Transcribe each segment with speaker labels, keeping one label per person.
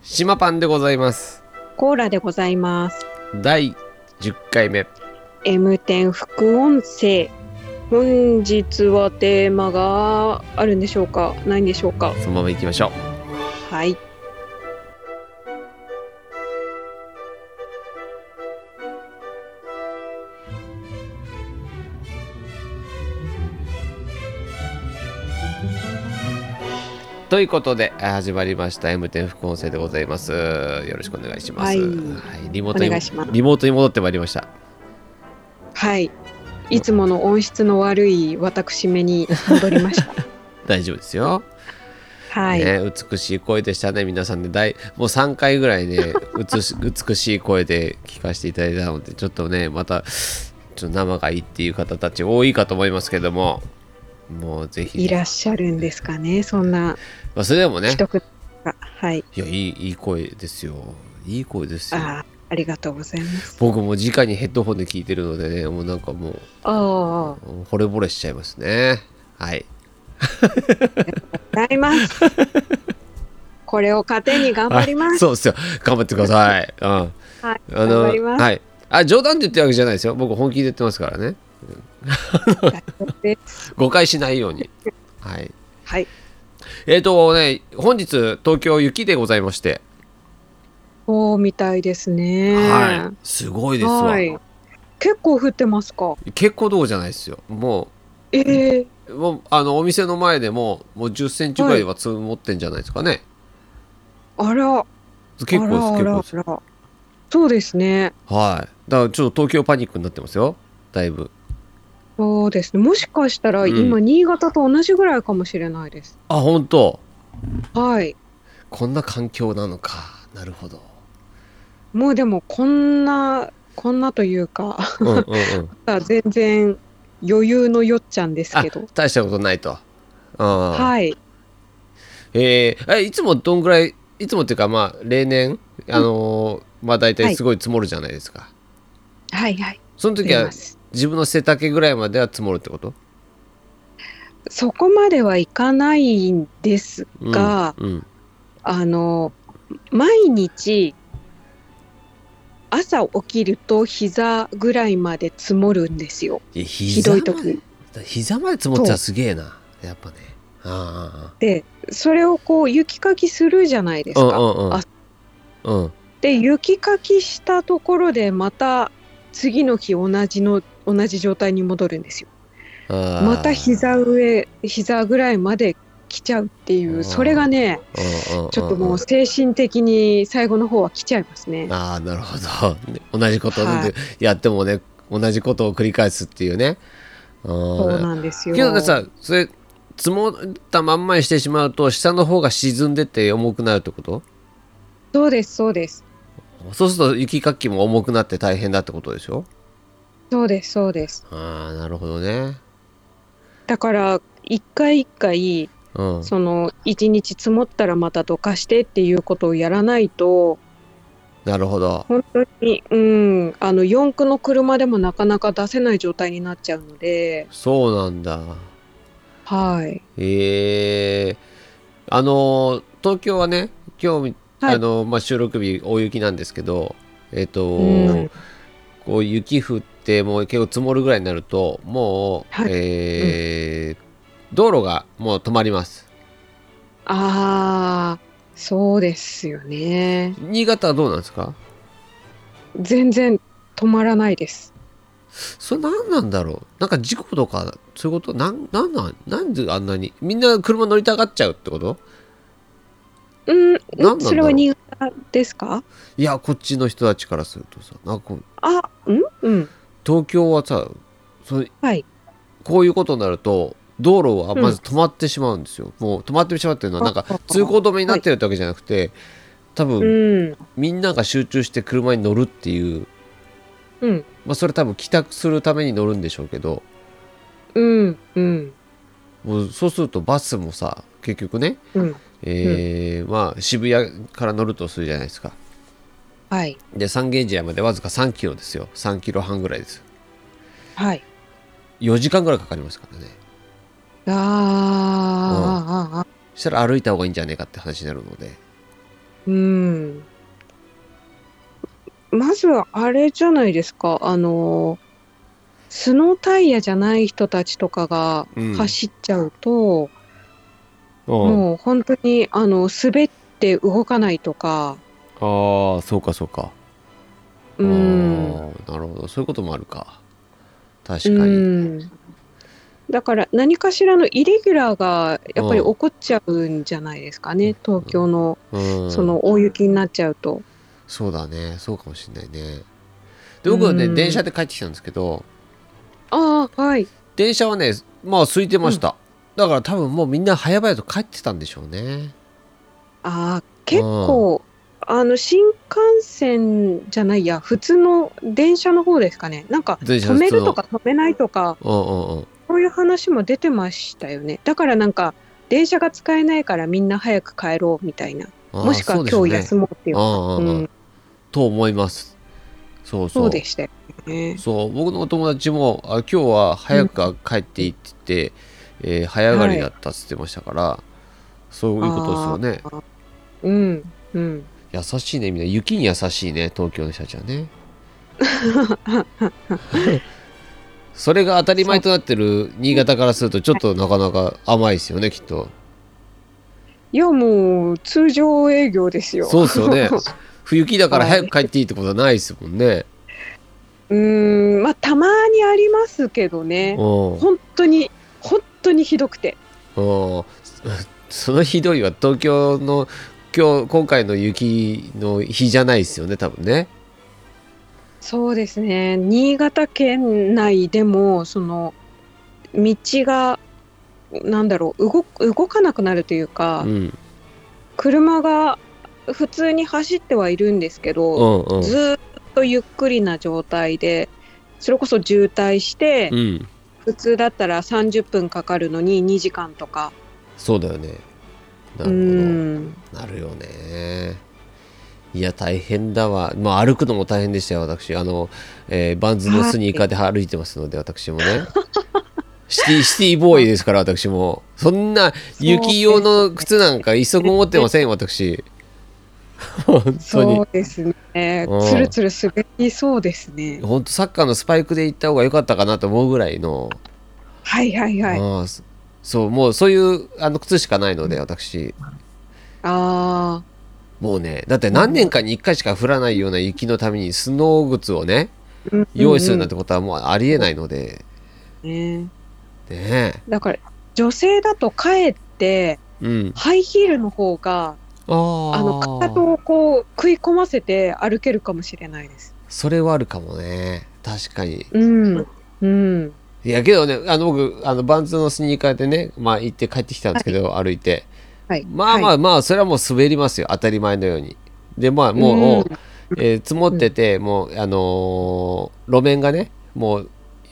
Speaker 1: 島パンでございます
Speaker 2: コーラでございます。
Speaker 1: 第10回目
Speaker 2: M10 副音声。本日はテーマがあるんでしょうかないんでしょうか
Speaker 1: そのままいきましょ
Speaker 2: はい。
Speaker 1: うということであ始まりました M10 副音声でございますよろしくお願いします、
Speaker 2: はい
Speaker 1: いリモ
Speaker 2: お
Speaker 1: ートに
Speaker 2: 願いします。
Speaker 1: リモートに戻ってまいりました
Speaker 2: はい。いつもの音質の悪い私めに戻り ました。
Speaker 1: 大丈夫ですよ、
Speaker 2: はい。
Speaker 1: ね、美しい声でしたね皆さんね大もう3回ぐらいね うつし美しい声で聞かせていただいたのでちょっとねまたちょっと生がいいっていう方たち多いかと思いますけどももうぜひね、
Speaker 2: いらっしゃるんですかねそんな
Speaker 1: まあ、それでもね
Speaker 2: 一言が。はい。
Speaker 1: いやいいいい声ですよいい声ですよ
Speaker 2: ああ、ありがとうございます。
Speaker 1: 僕も直にヘッドホンで聞いてるのでねもうなんかも
Speaker 2: ああ、
Speaker 1: う惚れ惚れしちゃいますねはい
Speaker 2: ござ います。これを糧に頑張りま
Speaker 1: はい
Speaker 2: す。
Speaker 1: そうですよ頑張ってください、うん、あ
Speaker 2: はい。頑張り
Speaker 1: の
Speaker 2: ます。
Speaker 1: はいあ冗談で言ってるわけじゃないですよ僕本気で言ってますからね
Speaker 2: 大丈夫です
Speaker 1: 誤解しないようにはい
Speaker 2: はい。
Speaker 1: えっ、とね本日東京雪でございまして、
Speaker 2: そうみたいですね。
Speaker 1: はいすごいですわ、
Speaker 2: はい結構降ってますか。
Speaker 1: 結構どころじゃないですよも
Speaker 2: ええ
Speaker 1: うもうあのお店の前でももう1 0センチぐらいは積もってんじゃないですかね、
Speaker 2: あら、
Speaker 1: 結構です
Speaker 2: あ
Speaker 1: 結
Speaker 2: ら
Speaker 1: 構
Speaker 2: あ
Speaker 1: です
Speaker 2: らあら。そうですね。
Speaker 1: はい。だからちょっと東京パニックになってますよ。だいぶ。
Speaker 2: そうですね。もしかしたら
Speaker 1: うん
Speaker 2: 今、新潟と同じぐらいかもしれないです。
Speaker 1: あ、本当。
Speaker 2: はい。
Speaker 1: こんな環境なのか。なるほど。
Speaker 2: もうでもこんなこんなというか、
Speaker 1: うんうんうん。
Speaker 2: 全然余裕のよっちゃんです
Speaker 1: あ
Speaker 2: けど。、
Speaker 1: 大したことないと。あ
Speaker 2: はい。
Speaker 1: えー、えいつもどんぐらいいつもっていうかまあ例年あのーまあ大
Speaker 2: は
Speaker 1: 体
Speaker 2: い
Speaker 1: すごい積もるじゃないですか。
Speaker 2: はいはい。
Speaker 1: その
Speaker 2: 降
Speaker 1: 時
Speaker 2: り
Speaker 1: は
Speaker 2: ます。
Speaker 1: 自分の背丈ぐらいまでは積もるってこと？
Speaker 2: そこまではいかないんです
Speaker 1: うん
Speaker 2: が、
Speaker 1: うん。
Speaker 2: あの毎日朝起きると膝ぐらいまで積もるんですよ
Speaker 1: いや
Speaker 2: ひ
Speaker 1: 膝
Speaker 2: ど
Speaker 1: ま
Speaker 2: い
Speaker 1: で
Speaker 2: 時
Speaker 1: 膝まで積もっちゃすげえな。やっぱね。あ
Speaker 2: でそれをこう雪かきするじゃないで
Speaker 1: あ。
Speaker 2: す
Speaker 1: うん
Speaker 2: か、
Speaker 1: うん
Speaker 2: あ
Speaker 1: うん。うん。
Speaker 2: で雪かきしたところでまた次の日同じの同じ状態に戻るんですよ
Speaker 1: あー
Speaker 2: また膝。上膝ぐらいまで来ちゃうってい
Speaker 1: あー
Speaker 2: うそれがね
Speaker 1: うんうんうん
Speaker 2: ちょっともう精神的に最後の方は来ちゃいますね
Speaker 1: ああなるほど、 ね同じこと
Speaker 2: は
Speaker 1: でやってもね、同じことを繰り返すっていうねあ
Speaker 2: そう
Speaker 1: ー
Speaker 2: なんですよ
Speaker 1: けどさそれ積もったまんまにしてしまうと下の方が沈んでって重くなるってこと
Speaker 2: そうですそうです
Speaker 1: そうすると雪かきも重くなって大変だってことでしょ
Speaker 2: そうですそうです
Speaker 1: ああなるほどね
Speaker 2: だから一回一回
Speaker 1: うん
Speaker 2: その一日積もったらまたどかしてっていうことをやらないと
Speaker 1: なるほど
Speaker 2: 本当にうんあの四駆の車でもなかなか出せない状態になっちゃうので
Speaker 1: そうなんだ
Speaker 2: はい
Speaker 1: ええあのー東京はね今日み、
Speaker 2: はい
Speaker 1: あのーまあ、収録日大雪なんですけどえっ、と、
Speaker 2: うん
Speaker 1: こう雪降ってもう結構積もるぐらいになるともう、
Speaker 2: はい
Speaker 1: えー道路がもう止まります
Speaker 2: ああそうですよね
Speaker 1: 新潟はどうなんですか
Speaker 2: 全然止まらないです
Speaker 1: それ何なんだろうなんか事故とかそういうことなんなんなんなんであんなにみんな車乗りたがっちゃうってこと
Speaker 2: うん
Speaker 1: 何なんだろう
Speaker 2: それは新潟ですか
Speaker 1: いやこっちの人たちからするとさなんかこう
Speaker 2: あうんうん
Speaker 1: 東京はさその
Speaker 2: はい
Speaker 1: こういうことになると道路はまず止まってしまうんですよ、もう止まってしまうっていうのはなんか
Speaker 2: ああ
Speaker 1: 通行止めになってるってわけじゃなくて、多分、
Speaker 2: うん
Speaker 1: みんなが集中して車に乗るっていう、
Speaker 2: うん
Speaker 1: まあ、それ多分帰宅するために乗るんでしょうけど
Speaker 2: うんうん
Speaker 1: もうそうするとバスもさ結局ね、
Speaker 2: うん
Speaker 1: えーまあ、渋谷から乗るとするじゃないですか
Speaker 2: はい
Speaker 1: で三軒茶屋までわずか3キロですよ3キロ半ぐらいです
Speaker 2: はい
Speaker 1: 4時間ぐらいかかりますからね
Speaker 2: あーあーあーあー
Speaker 1: そしたら歩いた方がいいんじゃねえかって話になるので
Speaker 2: うん。まずはあれじゃないですか、あの、スノータイヤじゃない人たちとかが
Speaker 1: うん
Speaker 2: 走っちゃうと、
Speaker 1: うん、あ
Speaker 2: もう本当に、あの、滑って動かないとか、
Speaker 1: あーそうかそうか
Speaker 2: う
Speaker 1: あ
Speaker 2: ん、
Speaker 1: ーなるほどそういうこともあるか確
Speaker 2: う
Speaker 1: かに、
Speaker 2: ん。だから何かしらのイレギュラーがやっぱり起こっちゃうんじゃないですかね、東京の
Speaker 1: うん
Speaker 2: その大雪になっちゃうと。
Speaker 1: そうだねそうかもしれないねで僕はね、
Speaker 2: うん
Speaker 1: 電車で帰ってきたんですけど
Speaker 2: ああ、はい。
Speaker 1: 電車はねまあ空いてました、だから多分もうみんな早々と帰ってたんでしょうね
Speaker 2: ああ、結構、あの、新幹線じゃないや、普通の電車の方ですかね。なんか、
Speaker 1: 電車
Speaker 2: 止
Speaker 1: 普
Speaker 2: め
Speaker 1: 通の
Speaker 2: るとか止めないとか、
Speaker 1: うんうんうん
Speaker 2: そういう話も出てましたよね。だからなんか、電車が使えないからみんな早く帰ろうみたいな。
Speaker 1: あー
Speaker 2: もしくは
Speaker 1: そうです
Speaker 2: 今日
Speaker 1: ね
Speaker 2: 休もうっていう。
Speaker 1: ああ、うん
Speaker 2: うん
Speaker 1: と思いますそうそう
Speaker 2: そうでしたよね。
Speaker 1: そう僕のお友達もあ今日は早く帰っていいって言って、えー早上がりだったって言ってましたから、そういうことですよね
Speaker 2: うん、うん。
Speaker 1: 優しいねみんな雪に優しいね東京の人たちは ねそれが当たり前となってる新潟からするとちょっとなかなか甘いですよねきっと
Speaker 2: いや、もう、通常営業ですよ。
Speaker 1: そうですよね冬雪だから
Speaker 2: はい
Speaker 1: 早く帰っていいってことはないですもんね、
Speaker 2: うーん、まあ、たまにありますけどね。
Speaker 1: うん
Speaker 2: 本当に、本当にひどくて。
Speaker 1: うんそのひどいは東京の今日今回の雪の日じゃないですよね多分ね
Speaker 2: そうですね、新潟県内でも、その道が、なんだろう動く、動かなくなるというか、
Speaker 1: うん
Speaker 2: 車が普通に走ってはいるんですけ
Speaker 1: う
Speaker 2: ど、
Speaker 1: んうん
Speaker 2: ずーっとゆっくりな状態で、それこそ渋滞して、
Speaker 1: うん
Speaker 2: 普通だったら30分かかるのに2時間とか、
Speaker 1: そうだよねな
Speaker 2: う
Speaker 1: る
Speaker 2: ん、
Speaker 1: ほどなるよねいや大変だわ、まあ、歩くのも大変でしたよ私あの、えーバンズのスニーカーで歩いてますので、私 もねシティシティボーイですから私もそんな雪用の靴なんか一足も持ってません私本当に
Speaker 2: そうですね
Speaker 1: うん、
Speaker 2: つるつる滑りそうですね。
Speaker 1: ほんとサッカーのスパイクで行った方が良かったかなと思うぐらいの、
Speaker 2: はいはいはい。あ
Speaker 1: ああそそうもうそういうあの靴しかないので私
Speaker 2: あ
Speaker 1: もうねだって何年かに1回しか降らないような雪のためにスノー靴をね
Speaker 2: ー、うんうんうん
Speaker 1: 用意するなんてことはもうありえないので、
Speaker 2: ね
Speaker 1: ね
Speaker 2: だから女性だとかえって
Speaker 1: えうん
Speaker 2: ハイヒールの方が
Speaker 1: あー
Speaker 2: あのかかとをこう食い込ませて歩けるかもしれないです。
Speaker 1: それはあるかもね確かに
Speaker 2: うん、うん、
Speaker 1: いやけどねあの僕あのバンズのスニーカーでねまあ行って帰ってきたんですけど、歩いて
Speaker 2: はい。
Speaker 1: まあま
Speaker 2: は
Speaker 1: あ
Speaker 2: い、
Speaker 1: まあそれはもう滑りますよ当たり前のようにでまあもう、
Speaker 2: うん
Speaker 1: えー積もってて、もうあのー路面がねもう、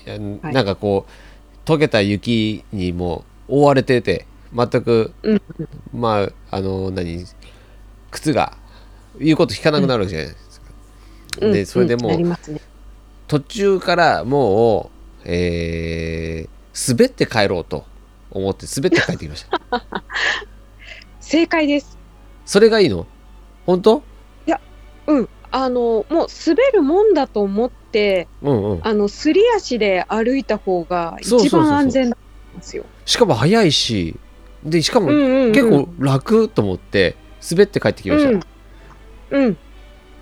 Speaker 1: あの
Speaker 2: はい
Speaker 1: なんかこう溶けた雪にもう覆われてて全く、
Speaker 2: うん
Speaker 1: まああのー何靴が言うこと聞かなくなるわけじゃないですか、
Speaker 2: うん
Speaker 1: でそれでもう、
Speaker 2: んなりますね。
Speaker 1: 途中からもう、えー滑って帰ろうと思って滑って帰ってきました
Speaker 2: 正解です。
Speaker 1: それがいいの本当
Speaker 2: あのもう滑るもんだと思って
Speaker 1: うんうん
Speaker 2: あのすり足で歩いた方が
Speaker 1: そうそう
Speaker 2: 一
Speaker 1: そうそう
Speaker 2: 番安全なんですよ。
Speaker 1: しかも早いしでしかも
Speaker 2: うんうんうん
Speaker 1: 結構楽と思って滑って帰ってきました、
Speaker 2: うん、うん、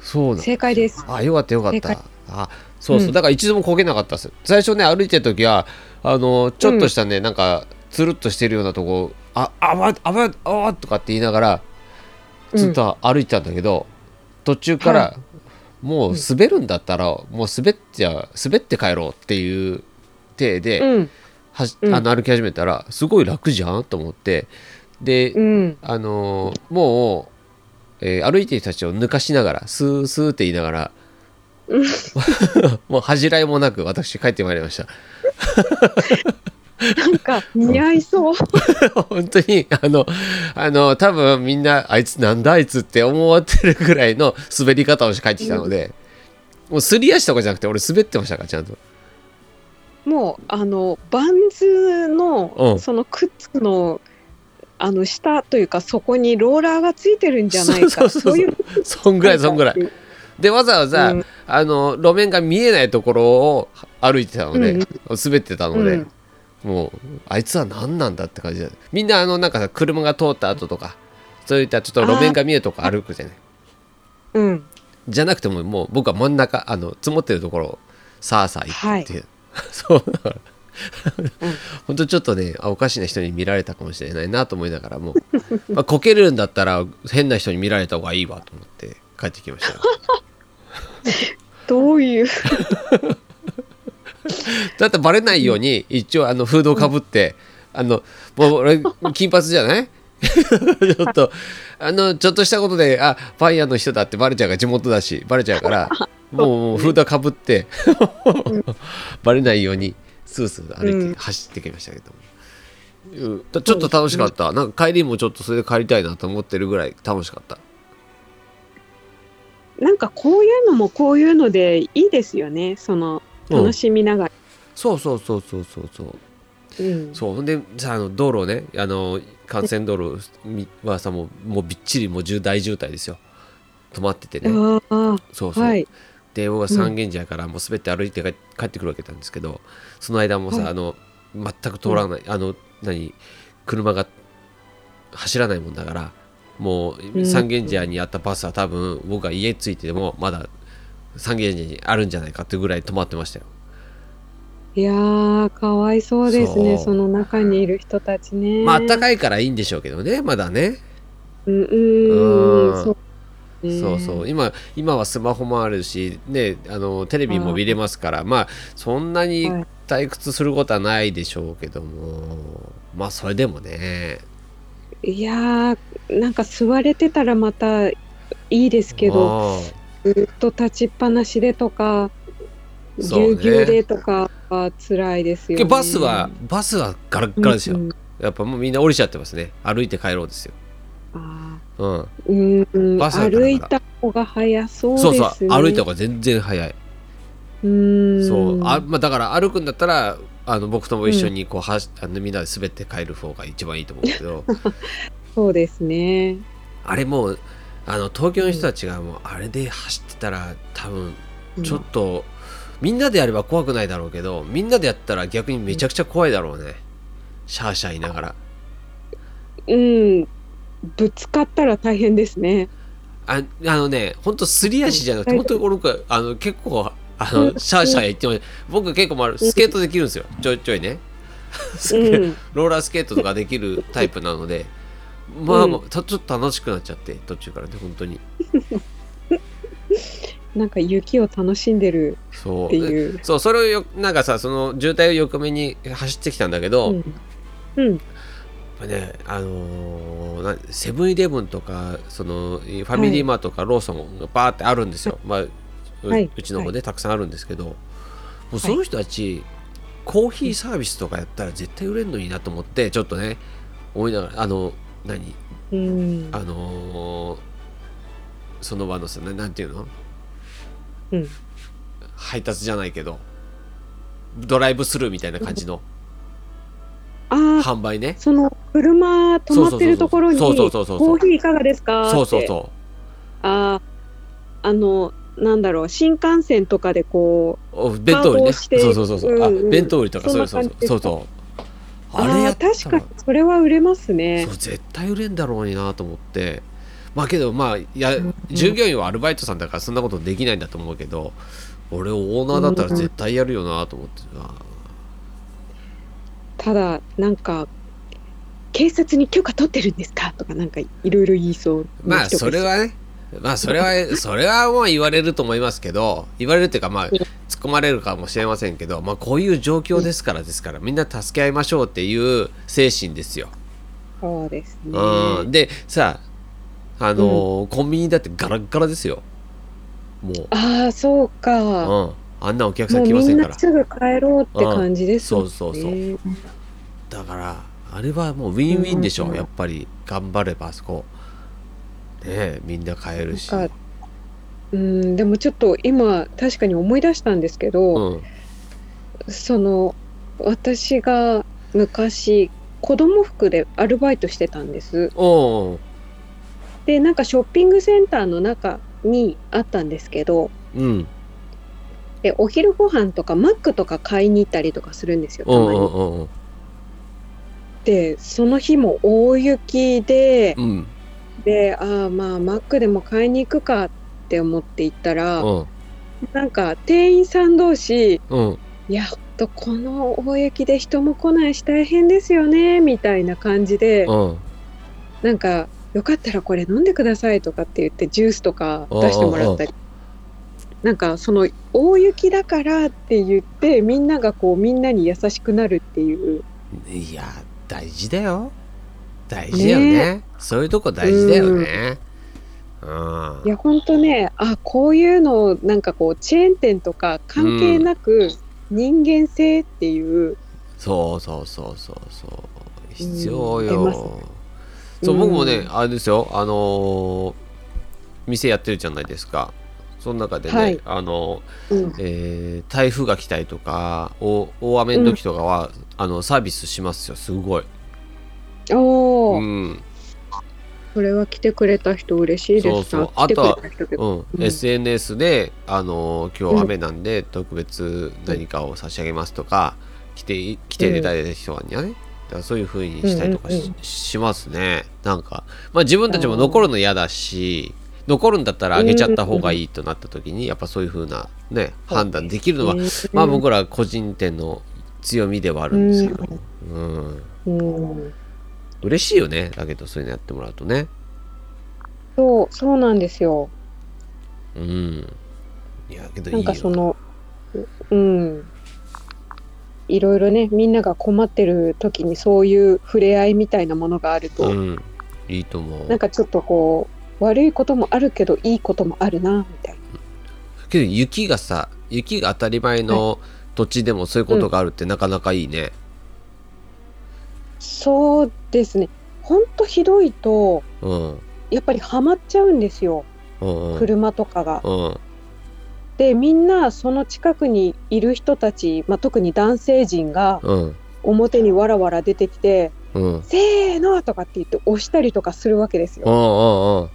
Speaker 1: そうなん
Speaker 2: 正解です。
Speaker 1: あよかったよかっ
Speaker 2: 正解
Speaker 1: たあそうそう、
Speaker 2: うん
Speaker 1: だから一度もこけなかったです最初ね歩いてる時はあのちょっとしたね、なんかつるっとしてるようなとこああばあばあばとかって言いながらずっと歩いてたんだけど、途中から、
Speaker 2: は
Speaker 1: もう滑るんだったら、もう滑っちゃ滑って帰ろうっていう体で、
Speaker 2: うん、
Speaker 1: はじ
Speaker 2: うん
Speaker 1: あの歩き始めたらすごい楽じゃんと思ってで、
Speaker 2: うん、
Speaker 1: あのーもう、えー歩いてる人たちを抜かしながらスースーって言いながら
Speaker 2: うん
Speaker 1: もう恥じらいもなく私帰ってまいりました
Speaker 2: なんか似合いそう。
Speaker 1: 本当にあのあの多分みんなあいつなんだあいつって思ってるぐらいの滑り方をして帰ってきたので、もうすり足とかじゃなくて俺滑ってましたからちゃんと
Speaker 2: もうあのバンズ
Speaker 1: う
Speaker 2: の
Speaker 1: ん
Speaker 2: その靴のあの下というかそこにローラーがついてるんじゃないか
Speaker 1: そうそうそうそう
Speaker 2: いう
Speaker 1: そんぐらいそんぐらい
Speaker 2: うん
Speaker 1: でわざわざ、
Speaker 2: うん
Speaker 1: あの路面が見えないところを歩いてたので、
Speaker 2: うん
Speaker 1: 滑ってたので、
Speaker 2: うん
Speaker 1: もうあいつは何なんだって感じだみんなあのなんかさ車が通った後とかそういったちょっと路面が見えるとこ歩くじゃない
Speaker 2: うん
Speaker 1: じゃなくてももう僕は真ん中あの積もってるところをさあさあ行ってっていう、 そうだから
Speaker 2: うん
Speaker 1: 本当ちょっとねあおかしな人に見られたかもしれないなと思いなが らもう、まあ、こけるんだったら変な人に見られた方がいいわと思って帰ってきました
Speaker 2: どういう
Speaker 1: だってバレないように一応あのフードをかぶって、あのもう俺金髪じゃない ちょっとあのちょっとしたことであファイヤーの人だってバレちゃうから地元だしバレちゃうからもうもうフードかぶって、バレないようにスースー歩いて、
Speaker 2: うん
Speaker 1: 走ってきましたけどもうんだちょっと楽しかった、なんか帰りもちょっとそれで帰りたいなと思ってるぐらい楽しかった
Speaker 2: なんかこういうのもこういうのでいいですよねその
Speaker 1: うん
Speaker 2: 楽しみながら、
Speaker 1: そうそうそうそうそうそう
Speaker 2: うん
Speaker 1: そうほんでさあの道路ねあの幹線道路みはさもうもうびっちりもう渋大渋滞ですよ止まっててね
Speaker 2: あー
Speaker 1: そうそう、
Speaker 2: はい
Speaker 1: で僕は三軒茶屋からもう滑って歩いて帰帰ってくるわけなんですけどその間もさ、
Speaker 2: はい
Speaker 1: あの全く通らない、あの何車が走らないもんだからも
Speaker 2: う
Speaker 1: うん三軒茶屋にあったバスは多分僕が家着いてもまだ三軒茶屋にあるんじゃないかってぐらい止まってましたよ
Speaker 2: いやーかわいそうですね
Speaker 1: そう
Speaker 2: その中にいる人たちね
Speaker 1: まああったかいからいいんでしょうけどねまだね
Speaker 2: うんうん
Speaker 1: うん
Speaker 2: そうね
Speaker 1: そうそう今今はスマホもあるし、ね、あのテレビも見れますからまあそんなに
Speaker 2: はい
Speaker 1: 退屈することはないでしょうけどもまあそれでもね
Speaker 2: いやーなんか座れてたらまたいいですけど
Speaker 1: ど
Speaker 2: ずっと立ちっぱなしでとか、ぎ
Speaker 1: そうね
Speaker 2: ゅうぎゅうでとかは辛いですよ、ね。
Speaker 1: バスはバスはガラッガラですよ、
Speaker 2: うんうん
Speaker 1: やっぱもうみんな降りちゃってますね歩いて帰ろうですよ、
Speaker 2: あ
Speaker 1: うん、
Speaker 2: ーうん、
Speaker 1: バスはガラガラ
Speaker 2: 歩いた方が早そうです
Speaker 1: そう
Speaker 2: ね。
Speaker 1: そう歩いた方が全然早い、
Speaker 2: うん。
Speaker 1: そうあ、まあ、だから歩くんだったらあの僕とも一緒にこう、はしあのみんなで滑って帰る方が一番いいと思うけど
Speaker 2: そうですね。
Speaker 1: あれもうあの東京の人たちがもうあれで走ってたら多分
Speaker 2: うん
Speaker 1: ちょっと、みんなでやれば怖くないだろうけどみんなでやったら逆にめちゃくちゃ怖いだろうね、シャーシャー言いながら
Speaker 2: うん、ぶつかったら大変ですね。
Speaker 1: ああのねほんとすり足じゃなくて
Speaker 2: うん
Speaker 1: 本当に僕あの結構あのシャーシャー言っても僕結構まあスケートできるんですよちょいちょいねスケ
Speaker 2: うん、
Speaker 1: ローラースケートとかできるタイプなのでまあ、
Speaker 2: うん
Speaker 1: まあ、たちょっと楽しくなっちゃって途中からね本当に
Speaker 2: なんか雪を楽しんでる
Speaker 1: そう
Speaker 2: っていう。
Speaker 1: そうそれをよなんかさその渋滞を横目に走ってきたんだけど、
Speaker 2: う
Speaker 1: やっ
Speaker 2: ん、うん、
Speaker 1: ぱねあのーなセブンイレブンとかそのファミリーマートとかローソンがバーってあるんですよ、まあう
Speaker 2: はいう
Speaker 1: ちの方でたくさんあるんですけど、もうその人たち、コーヒーサービスとかやったら絶対売れるのになと思ってちょっとね思いながらあの何
Speaker 2: うん
Speaker 1: あのーその場のさななんていうの
Speaker 2: うん、
Speaker 1: 配達じゃないけどドライブスルーみたいな感じの
Speaker 2: ああ、
Speaker 1: 販売ね
Speaker 2: その車止まってるところに、
Speaker 1: そ
Speaker 2: コ
Speaker 1: うそうそうそうそうそうそうそう
Speaker 2: ーヒーいかがですかって
Speaker 1: そうそうそ
Speaker 2: あーあのなんだろう新幹線とかでこ
Speaker 1: うお弁当売りね
Speaker 2: 加工して
Speaker 1: そうそうそうそう、
Speaker 2: うんうん
Speaker 1: あ弁当売りとかそうそうそうそ
Speaker 2: そ
Speaker 1: うんそう
Speaker 2: な感じうあ
Speaker 1: や
Speaker 2: あ
Speaker 1: ったら
Speaker 2: ー確かにそれは売れますね
Speaker 1: そう絶対売れんだろうになと思ってまあけどまあいや
Speaker 2: うん
Speaker 1: 従業員はアルバイトさんだからそんなことできないんだと思うけど俺オーナーだったら絶対やるよなと思ってあ
Speaker 2: ただなんか警察に許可取ってるんですかとかなんかいろいろ言いそう
Speaker 1: ま
Speaker 2: な
Speaker 1: あ
Speaker 2: 人
Speaker 1: それはねまあそれはそれはもう言われると思いますけど言われるっていうかまあ突っ込まれるかもしれませんけどまあこういう状況ですからですからみんな助け合いましょうっていう精神ですよ。
Speaker 2: そうですね
Speaker 1: うん、でさあのーコンビニだってガラッガラですよもう
Speaker 2: ああそうか
Speaker 1: うん、あんなお客さ
Speaker 2: も
Speaker 1: ん
Speaker 2: う
Speaker 1: 来ま
Speaker 2: み
Speaker 1: せ
Speaker 2: ん
Speaker 1: んか
Speaker 2: な
Speaker 1: ら
Speaker 2: すぐ帰ろうって感じですもん
Speaker 1: うん
Speaker 2: ね
Speaker 1: そうそうそうだからあれはもうウィンウィンでしょ、
Speaker 2: うん
Speaker 1: やっぱり頑張ればあそこねえみんな買えるし、
Speaker 2: なんかうんでもちょっと今確かに思い出したんですけ
Speaker 1: う
Speaker 2: ど、
Speaker 1: ん、
Speaker 2: その私が昔子供服でアルバイトしてたんです。
Speaker 1: おう
Speaker 2: でなんかショッピングセンターの中にあったんですけど
Speaker 1: うん
Speaker 2: でお昼ご飯とかマックとか買いに行ったりとかするんですよた
Speaker 1: おう
Speaker 2: ま
Speaker 1: お
Speaker 2: に。
Speaker 1: うおう
Speaker 2: でその日も大雪で
Speaker 1: うん
Speaker 2: でああまあマックでも買いに行くかって思って行ったら
Speaker 1: うん
Speaker 2: なんか店員さん同士
Speaker 1: うん
Speaker 2: やっとこの大雪で人も来ないし大変ですよねみたいな感じで
Speaker 1: うん
Speaker 2: なんかよかったらこれ飲んでくださいとかって言ってジュースとか出してもらったりなんかその大雪だからって言ってみんながこうみんなに優しくなるっていう
Speaker 1: いや大事だよ大事だよねそういうとこ大事だよねうん
Speaker 2: いやほんとねあこういうのなんかこうチェーン店とか関係なく人間性っていう、
Speaker 1: そうそうそうそうそう必要
Speaker 2: うん出
Speaker 1: よ
Speaker 2: ます
Speaker 1: そう
Speaker 2: うん
Speaker 1: 僕もねあれですよあのー店やってるじゃないですかその中でね、
Speaker 2: はい
Speaker 1: あの
Speaker 2: うん
Speaker 1: ーえー台風が来たりとかお大雨の時とかは、あのサービスしますよすごい、
Speaker 2: おお、
Speaker 1: うん
Speaker 2: それは来てくれた人嬉しいです
Speaker 1: そうそう
Speaker 2: 来てくれ
Speaker 1: あと
Speaker 2: た人って
Speaker 1: うん
Speaker 2: うん
Speaker 1: SNS で、あのー今日雨なんで特別何かを差し上げます」とか来てい来ていただいた人にはね、だからそういう風にしたりとかし,、
Speaker 2: うんうん
Speaker 1: しますねなんか、まあ、自分たちも残るの嫌だし残るんだったらあげちゃった方がいいとなった時にやっぱそういう風なね判断できるのは、
Speaker 2: ね
Speaker 1: まあ僕ら個人店の強みではあるんですけども、うん、
Speaker 2: うん
Speaker 1: 嬉しいよねだけどそういうのやってもらうとね。
Speaker 2: そうそうなんですよ
Speaker 1: うんいやけどいいよ
Speaker 2: なんかそのうんいろいろねみんなが困ってる時にそういう触れ合いみたいなものがあると、
Speaker 1: うん、いいと思う。
Speaker 2: なんかちょっとこう悪いこともあるけどいいこともあるなみたいな
Speaker 1: けど雪がさ雪が当たり前の土地でもそういうことがあるってなかなかいいね。
Speaker 2: そうですねほんとひどいと
Speaker 1: うん。うん
Speaker 2: やっぱりハマっちゃうんですよ
Speaker 1: うん
Speaker 2: 車とかが。
Speaker 1: うん
Speaker 2: でみんなその近くにいる人たち、まあ、特に男性陣が
Speaker 1: うん
Speaker 2: 表にわらわら出てきて
Speaker 1: うんうん
Speaker 2: 「せーの!」とかって言って押したりとかするわけですよ。
Speaker 1: うんうん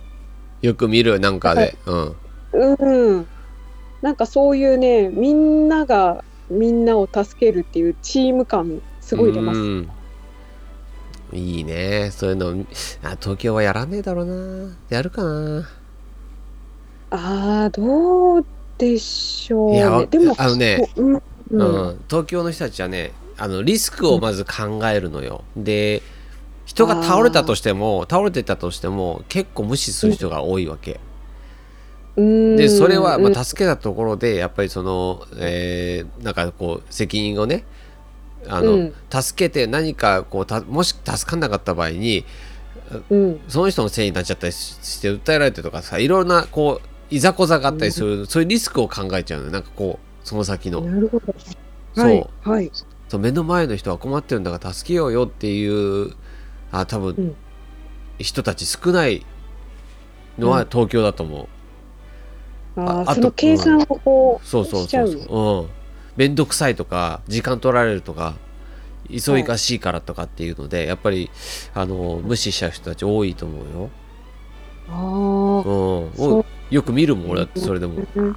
Speaker 1: よく見るなんかで。うん
Speaker 2: うん、なんかそういうねみんながみんなを助けるっていうチーム感すごい出ます。
Speaker 1: うんいいねそういうのあ東京はやらねえだろうなやるかな
Speaker 2: ああどうでしょう、
Speaker 1: いやわ
Speaker 2: ね、でも
Speaker 1: あのね
Speaker 2: こううん
Speaker 1: うん
Speaker 2: うん
Speaker 1: 東京の人たちはねあのリスクをまず考えるのよ、で人が倒れたとしても倒れてたとしても結構無視する人が多いわけ、
Speaker 2: うん
Speaker 1: でそれは
Speaker 2: うん
Speaker 1: まあ助けたところでやっぱりその、えーなんかこう責任をねあの、
Speaker 2: うん
Speaker 1: 助けて何かこうたもし助かんなかった場合に
Speaker 2: うん
Speaker 1: その人のせいになっちゃったりしして訴えられてとかさいろんなこういざこざがあったりする、そういうリスクを考えちゃうのよなんかこうその先の。
Speaker 2: なるほど。
Speaker 1: そう
Speaker 2: はいはい。
Speaker 1: そう目の前の人は困ってるんだから助けようよっていうあ多分、
Speaker 2: うん
Speaker 1: 人たち少ないの
Speaker 2: う
Speaker 1: は
Speaker 2: ん
Speaker 1: 東京だと思う、あ
Speaker 2: あ
Speaker 1: あ
Speaker 2: あ
Speaker 1: と
Speaker 2: その計算をこう
Speaker 1: そうそう
Speaker 2: しちゃ
Speaker 1: そううそううん面倒くさいとか時間取られるとか急いがしいからとかっていうので、やっぱりあの無視しちゃう人たち多いと思
Speaker 2: あ
Speaker 1: うよ、
Speaker 2: あ
Speaker 1: うん
Speaker 2: そ
Speaker 1: お、よく見るもん俺だってそれでも
Speaker 2: ううん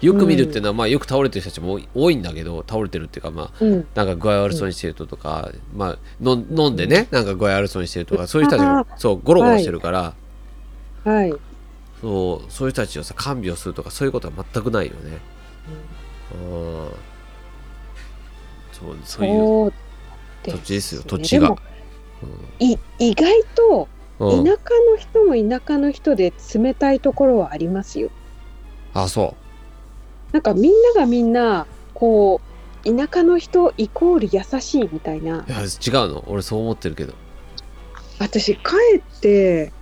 Speaker 1: よく見るっていうのは、まあよく倒れてる人たちも多い多いんだけど倒れてるっていうかまあ
Speaker 2: うん
Speaker 1: なんか具合悪そうにしてるととか、まあ、の飲んでねなんか具合悪そうにしてるとかそういう人たち
Speaker 2: あ
Speaker 1: もそうゴロゴロしてるから、
Speaker 2: はい。
Speaker 1: そうそういう人たちをさ看病するとかそういうことは全くないよね。うん、そうそういう
Speaker 2: そう
Speaker 1: 土地ですよ
Speaker 2: ね
Speaker 1: 土地が
Speaker 2: でも。い意外と
Speaker 1: うん
Speaker 2: 田舎
Speaker 1: うん、
Speaker 2: の人も田舎の人で冷たいところはありますよ。
Speaker 1: あそ
Speaker 2: なんかみんながみんなこう田舎の人イコール優しいみたいな
Speaker 1: ういや違うの俺そう思ってるけど。
Speaker 2: 私帰って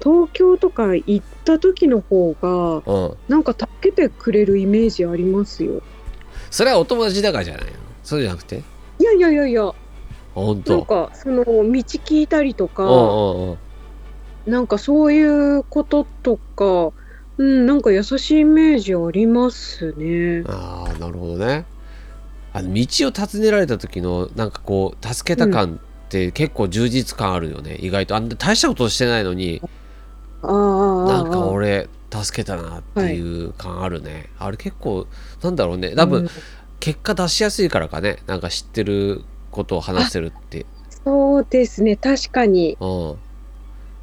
Speaker 2: 東京とか行った時の方が
Speaker 1: うん、
Speaker 2: なんか助けてくれるイメージありますよ。
Speaker 1: それはお友達だからじゃないのそうじゃなくて
Speaker 2: いやいやいやいや
Speaker 1: 本
Speaker 2: なん
Speaker 1: 当。
Speaker 2: かその道聞いたりと
Speaker 1: う
Speaker 2: か。
Speaker 1: んうんうん
Speaker 2: なんかそういうこととか、うん、なんか優しいイメージありますね。
Speaker 1: ああなるほどねあの道を尋ねられた時のなんかこう助けた感っって結構充実感あるよね意外とあんな大したことしてないのに
Speaker 2: ああ
Speaker 1: なんか俺助けたなっていう感あるね、あれ結構なんだろうね多
Speaker 2: う
Speaker 1: 分
Speaker 2: ん
Speaker 1: 結果出しやすいからかねなんか知ってることを話せるって
Speaker 2: そうですね確かに
Speaker 1: うん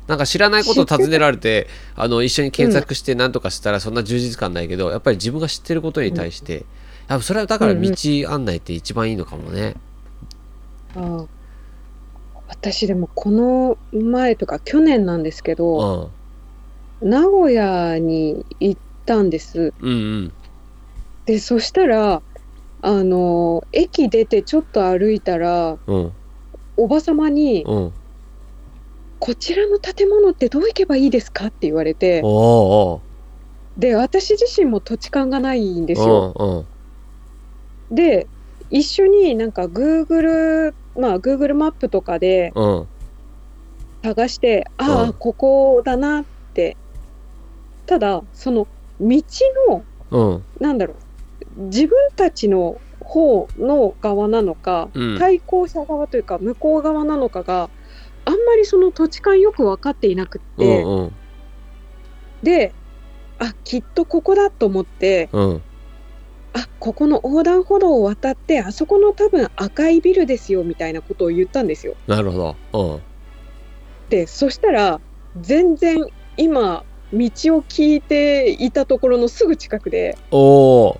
Speaker 1: なんか知らないことを尋ねられてあの一緒に検索して何とかしたらそんな充実感ないけど、やっぱり自分が知ってることに対して、やっぱそれはだから道案内って一番いいのかもね、
Speaker 2: ああ私でもこの前とか去年なんですけ
Speaker 1: う
Speaker 2: ど
Speaker 1: ん、
Speaker 2: 名古屋に行ったんです
Speaker 1: うんうん
Speaker 2: でそしたらあの駅出てちょっと歩いたら
Speaker 1: うん
Speaker 2: おばさまに
Speaker 1: うんうん
Speaker 2: 「こちらの建物ってどう行けばいいですか?」って言われて
Speaker 1: おーお
Speaker 2: で私自身も土地勘がないんで
Speaker 1: ー
Speaker 2: すよ。
Speaker 1: うんうん
Speaker 2: で一緒になんか Google まあ Google マップとかで
Speaker 1: うん
Speaker 2: 探してあ
Speaker 1: うん
Speaker 2: あここだなってただその道の
Speaker 1: うん
Speaker 2: なんだろう自分たちの方の側なのか
Speaker 1: うん
Speaker 2: 対向車側というか向こう側なのかがあんまりその土地勘よく分かっていなくっ
Speaker 1: う
Speaker 2: て、
Speaker 1: んうん
Speaker 2: であきっとここだと思って
Speaker 1: うん
Speaker 2: あここの横断歩道を渡ってあそこの多分赤いビルですよみたいなことを言ったんですよ。
Speaker 1: なるほど
Speaker 2: でそしたら全然今道を聞いていたところのすぐ近くで
Speaker 1: うんおお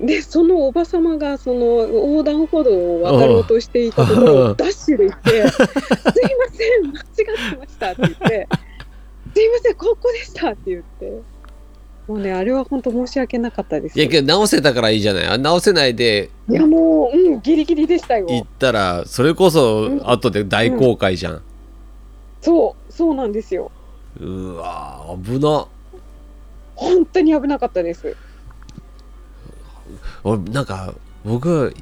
Speaker 2: でそのおばさまがその横断歩道を渡ろうとしていたとこ
Speaker 1: お
Speaker 2: ろ
Speaker 1: う
Speaker 2: をダッシュで 行って「すいません間違ってました」って言って「すいませんここでした」って言ってもうねあれは本当申し訳なかったです
Speaker 1: いやけど直せたからいいじゃないあ直せないで
Speaker 2: いやもううんギリギリでしたよ
Speaker 1: 行ったらそれこそ後で大公開じゃん、
Speaker 2: そうそうなんですよ
Speaker 1: うわー危な
Speaker 2: 本当に危なかったです
Speaker 1: 俺なんか僕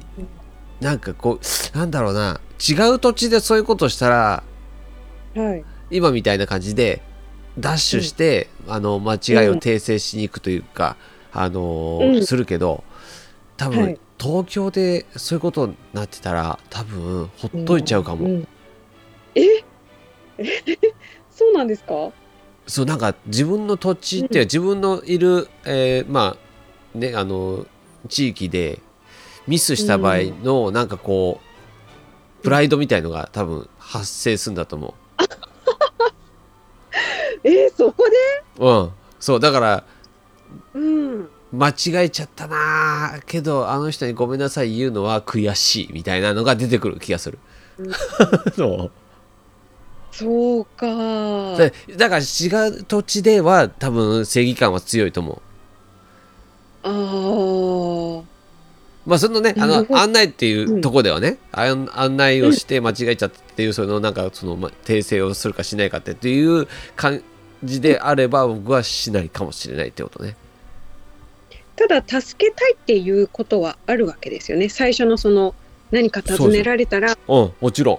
Speaker 1: なんかこうなんだろうな違う土地でそういうことしたら
Speaker 2: はい
Speaker 1: 今みたいな感じでダッシュして、あの間違いを訂正しに行くというか、あのー
Speaker 2: うん
Speaker 1: するけど多分、
Speaker 2: はい
Speaker 1: 東京でそういうことになってたら多分ほっといちゃうかも、
Speaker 2: んんえ そうなんですか
Speaker 1: そうなんか自分の土地っていう
Speaker 2: う
Speaker 1: か自分のいる、えーまあねあの地域でミスした場合の、なんかこうプライドみたいのが多分発生するんだと思
Speaker 2: えーそこ
Speaker 1: ううんそうだから
Speaker 2: でうん
Speaker 1: 間違えちゃったなあけどあの人にごめんなさい言うのは悔しいみたいなのが出てくる気がする、
Speaker 2: うん
Speaker 1: そう
Speaker 2: そう か
Speaker 1: だだから違う土地では多分正義感は強いと思う
Speaker 2: あー
Speaker 1: まあそのねあ
Speaker 2: なる
Speaker 1: の
Speaker 2: ほど
Speaker 1: 案内っていうとこではね、案案内をして間違えちゃったっていうそのなんかその、まあ、訂正をするかしないかってっていう感じであれば僕はしないかもしれないってことね
Speaker 2: ただ助けたいっていうことはあるわけですよね最初のその何か尋ねられたらっ
Speaker 1: うんもちろん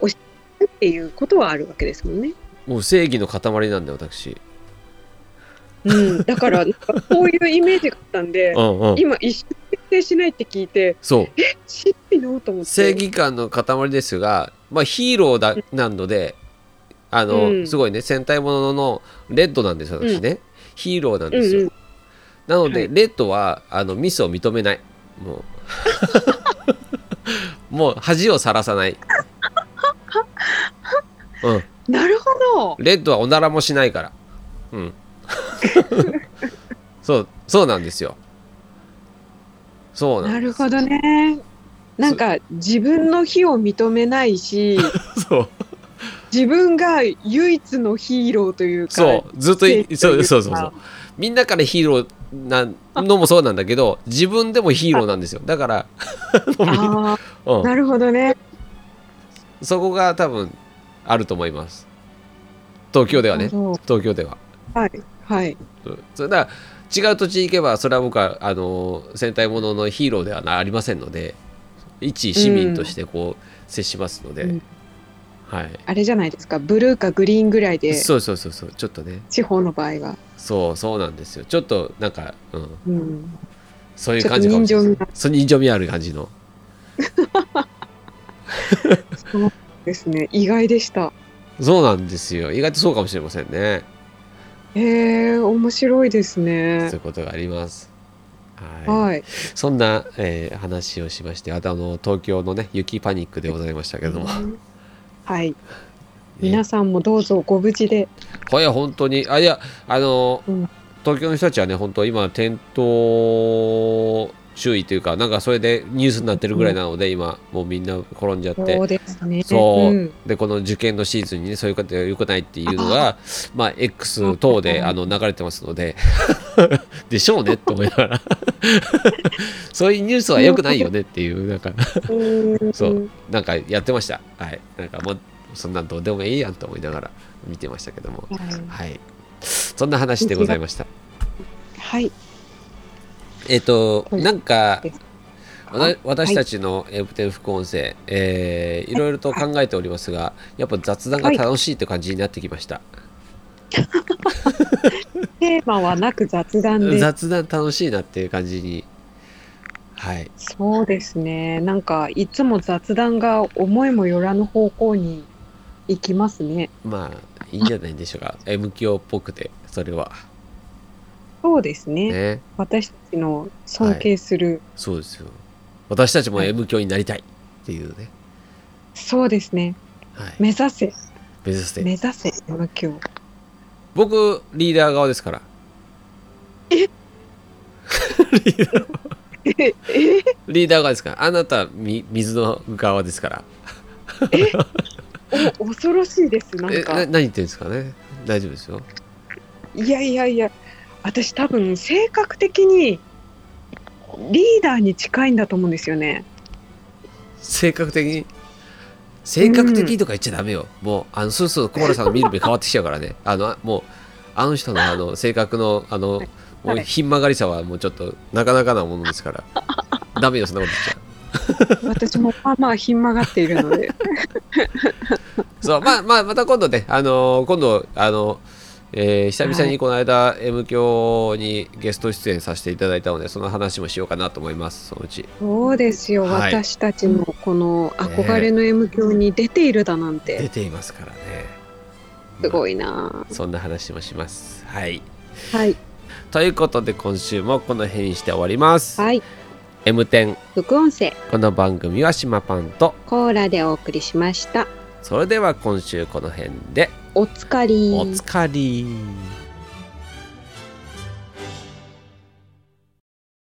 Speaker 2: ていうことはあるわけですもんね、
Speaker 1: もう正義の塊なんだよ私
Speaker 2: うん、だからなんかそういうイメージがあったん で
Speaker 1: うんうん
Speaker 2: 今一瞬決定しないって聞いて
Speaker 1: そう
Speaker 2: 知ってんのと思って
Speaker 1: 正義感の塊ですが、まあ、ヒーローだなのであの、
Speaker 2: うん
Speaker 1: すごいね戦隊もののレッドなんですよ私ね、ヒーローなん
Speaker 2: うん
Speaker 1: ですよ、
Speaker 2: うん
Speaker 1: なので、
Speaker 2: はい
Speaker 1: レッドはあのミスを認めないも うもう恥をさらさない、うん、
Speaker 2: なるほど
Speaker 1: レッドはおならもしないからうん そうそうなんですよそうなん
Speaker 2: な
Speaker 1: で
Speaker 2: るほどねなんか自分の非を認めな いし
Speaker 1: すそう
Speaker 2: 自分が唯一のヒーローというか
Speaker 1: そうずっとい
Speaker 2: 正義と
Speaker 1: そ
Speaker 2: いう
Speaker 1: う
Speaker 2: か
Speaker 1: そうそうそうみんなからヒーローなのもそうなんだけど自分でもヒーローなんですよだから、
Speaker 2: あ
Speaker 1: う
Speaker 2: あ
Speaker 1: ん
Speaker 2: なるほどね
Speaker 1: そこが多分あると思います東京ではね
Speaker 2: そう
Speaker 1: 東京では
Speaker 2: はいはい
Speaker 1: うんそれだから違う土地行けばそれは僕はあの戦隊もののヒーローではなありませんので一市民としてこう接しますので、
Speaker 2: うん
Speaker 1: はい
Speaker 2: あれじゃないですかブルーかグリーンぐらいで
Speaker 1: そうそうそうそうちょっとね
Speaker 2: 地方の場合は、
Speaker 1: そうそうなんですよちょっとなんか、うん、
Speaker 2: うん、
Speaker 1: そういう
Speaker 2: ちょっ
Speaker 1: 感
Speaker 2: と
Speaker 1: じかも
Speaker 2: 人
Speaker 1: しれ
Speaker 2: 情
Speaker 1: ない
Speaker 2: 味が
Speaker 1: そう人情味ある感じの
Speaker 2: そうですね意外でした
Speaker 1: そうなんですよ意外とそうかもしれませんね
Speaker 2: へえ面白いです
Speaker 1: そう
Speaker 2: ね
Speaker 1: いうことがありますはい、
Speaker 2: はい
Speaker 1: そんな、えー話をしましてあとあの東京のね雪パニックでございましたけども、ね
Speaker 2: はい皆さんもどうぞご無事で
Speaker 1: これは本当にあいやあの、
Speaker 2: うん
Speaker 1: 東京の人たちはね本当今転倒注意というかなんかそれでニュースになってるぐらいなので、今もうみんな転んじゃって
Speaker 2: そうですね
Speaker 1: そう、
Speaker 2: ん
Speaker 1: でこの受験のシーズンにねそういう方が良くないっていうの がまあ X 等で
Speaker 2: あ
Speaker 1: あの流れてますので でしょうねって思いながら そういうニュースは良くないよねっていうなんか
Speaker 2: うん
Speaker 1: そうなんかやってましたはいなんかもうそんなんどうでもいいやんと思いながら見てましたけども
Speaker 2: は
Speaker 1: はいそんな話でございました
Speaker 2: いはい
Speaker 1: えっ、と
Speaker 2: うん
Speaker 1: なんか
Speaker 2: です
Speaker 1: わた私たちのエプテル副音声、えーいろいろと考えておりますがやっぱ雑談が楽しいって感じになってきました、
Speaker 2: テーマはなく雑談で
Speaker 1: 雑談楽しいなっていう感じにはい
Speaker 2: そうですね。なんか、いつも雑談が思いもよらぬ方向に行きますね。
Speaker 1: まあいいんじゃないでしょうか M 響っぽくてそれは
Speaker 2: そうですね。
Speaker 1: ね
Speaker 2: 私たちの尊敬する、
Speaker 1: そうですよ私たちも
Speaker 2: はい
Speaker 1: M 響になりたいっていうね、
Speaker 2: そうですね。
Speaker 1: はい、
Speaker 2: 目指せ、
Speaker 1: 目指して
Speaker 2: 目指せ、今今日。
Speaker 1: 僕リーダー側ですから
Speaker 2: え、え、
Speaker 1: リーダー側ですからあなたみ水の側ですから
Speaker 2: お恐ろしいです。な
Speaker 1: え
Speaker 2: ん
Speaker 1: な
Speaker 2: か、
Speaker 1: 何言ってるんですかね大丈夫ですよ
Speaker 2: いやいやいや、私多分性格的にリーダーに近いんだと思うんですよね。
Speaker 1: 性格的に性格的にとか言っちゃダメよ、もうあのそうそう小原さんの見る目変わってきちゃうからね あのあもうあの人のあの性格のあのもう
Speaker 2: はい
Speaker 1: ひん曲がりさはもうちょっとなかなかなものですから ダメよそんなこと言っちゃ
Speaker 2: 私もまあまあひん曲がっているの で。
Speaker 1: うそうまあまあまた今度ねあの今度あのえー久々
Speaker 2: は
Speaker 1: にこの間 M 響にゲスト出演させていただいたのでその話もしようかなと思いますそのうち
Speaker 2: そうですよ、
Speaker 1: はい
Speaker 2: 私たちもこの憧れの M 響に出ているだなん
Speaker 1: 出
Speaker 2: て、
Speaker 1: ていますからね
Speaker 2: すご
Speaker 1: い
Speaker 2: いな
Speaker 1: そんな話もしますはい
Speaker 2: あはい、
Speaker 1: ということで今週もこの辺にして終わります。
Speaker 2: はい、
Speaker 1: M 点
Speaker 2: 副音声、
Speaker 1: この番組は島パンと
Speaker 2: コーラでお送りしました。
Speaker 1: それでは今週この辺で
Speaker 2: おつかり
Speaker 1: おつかり。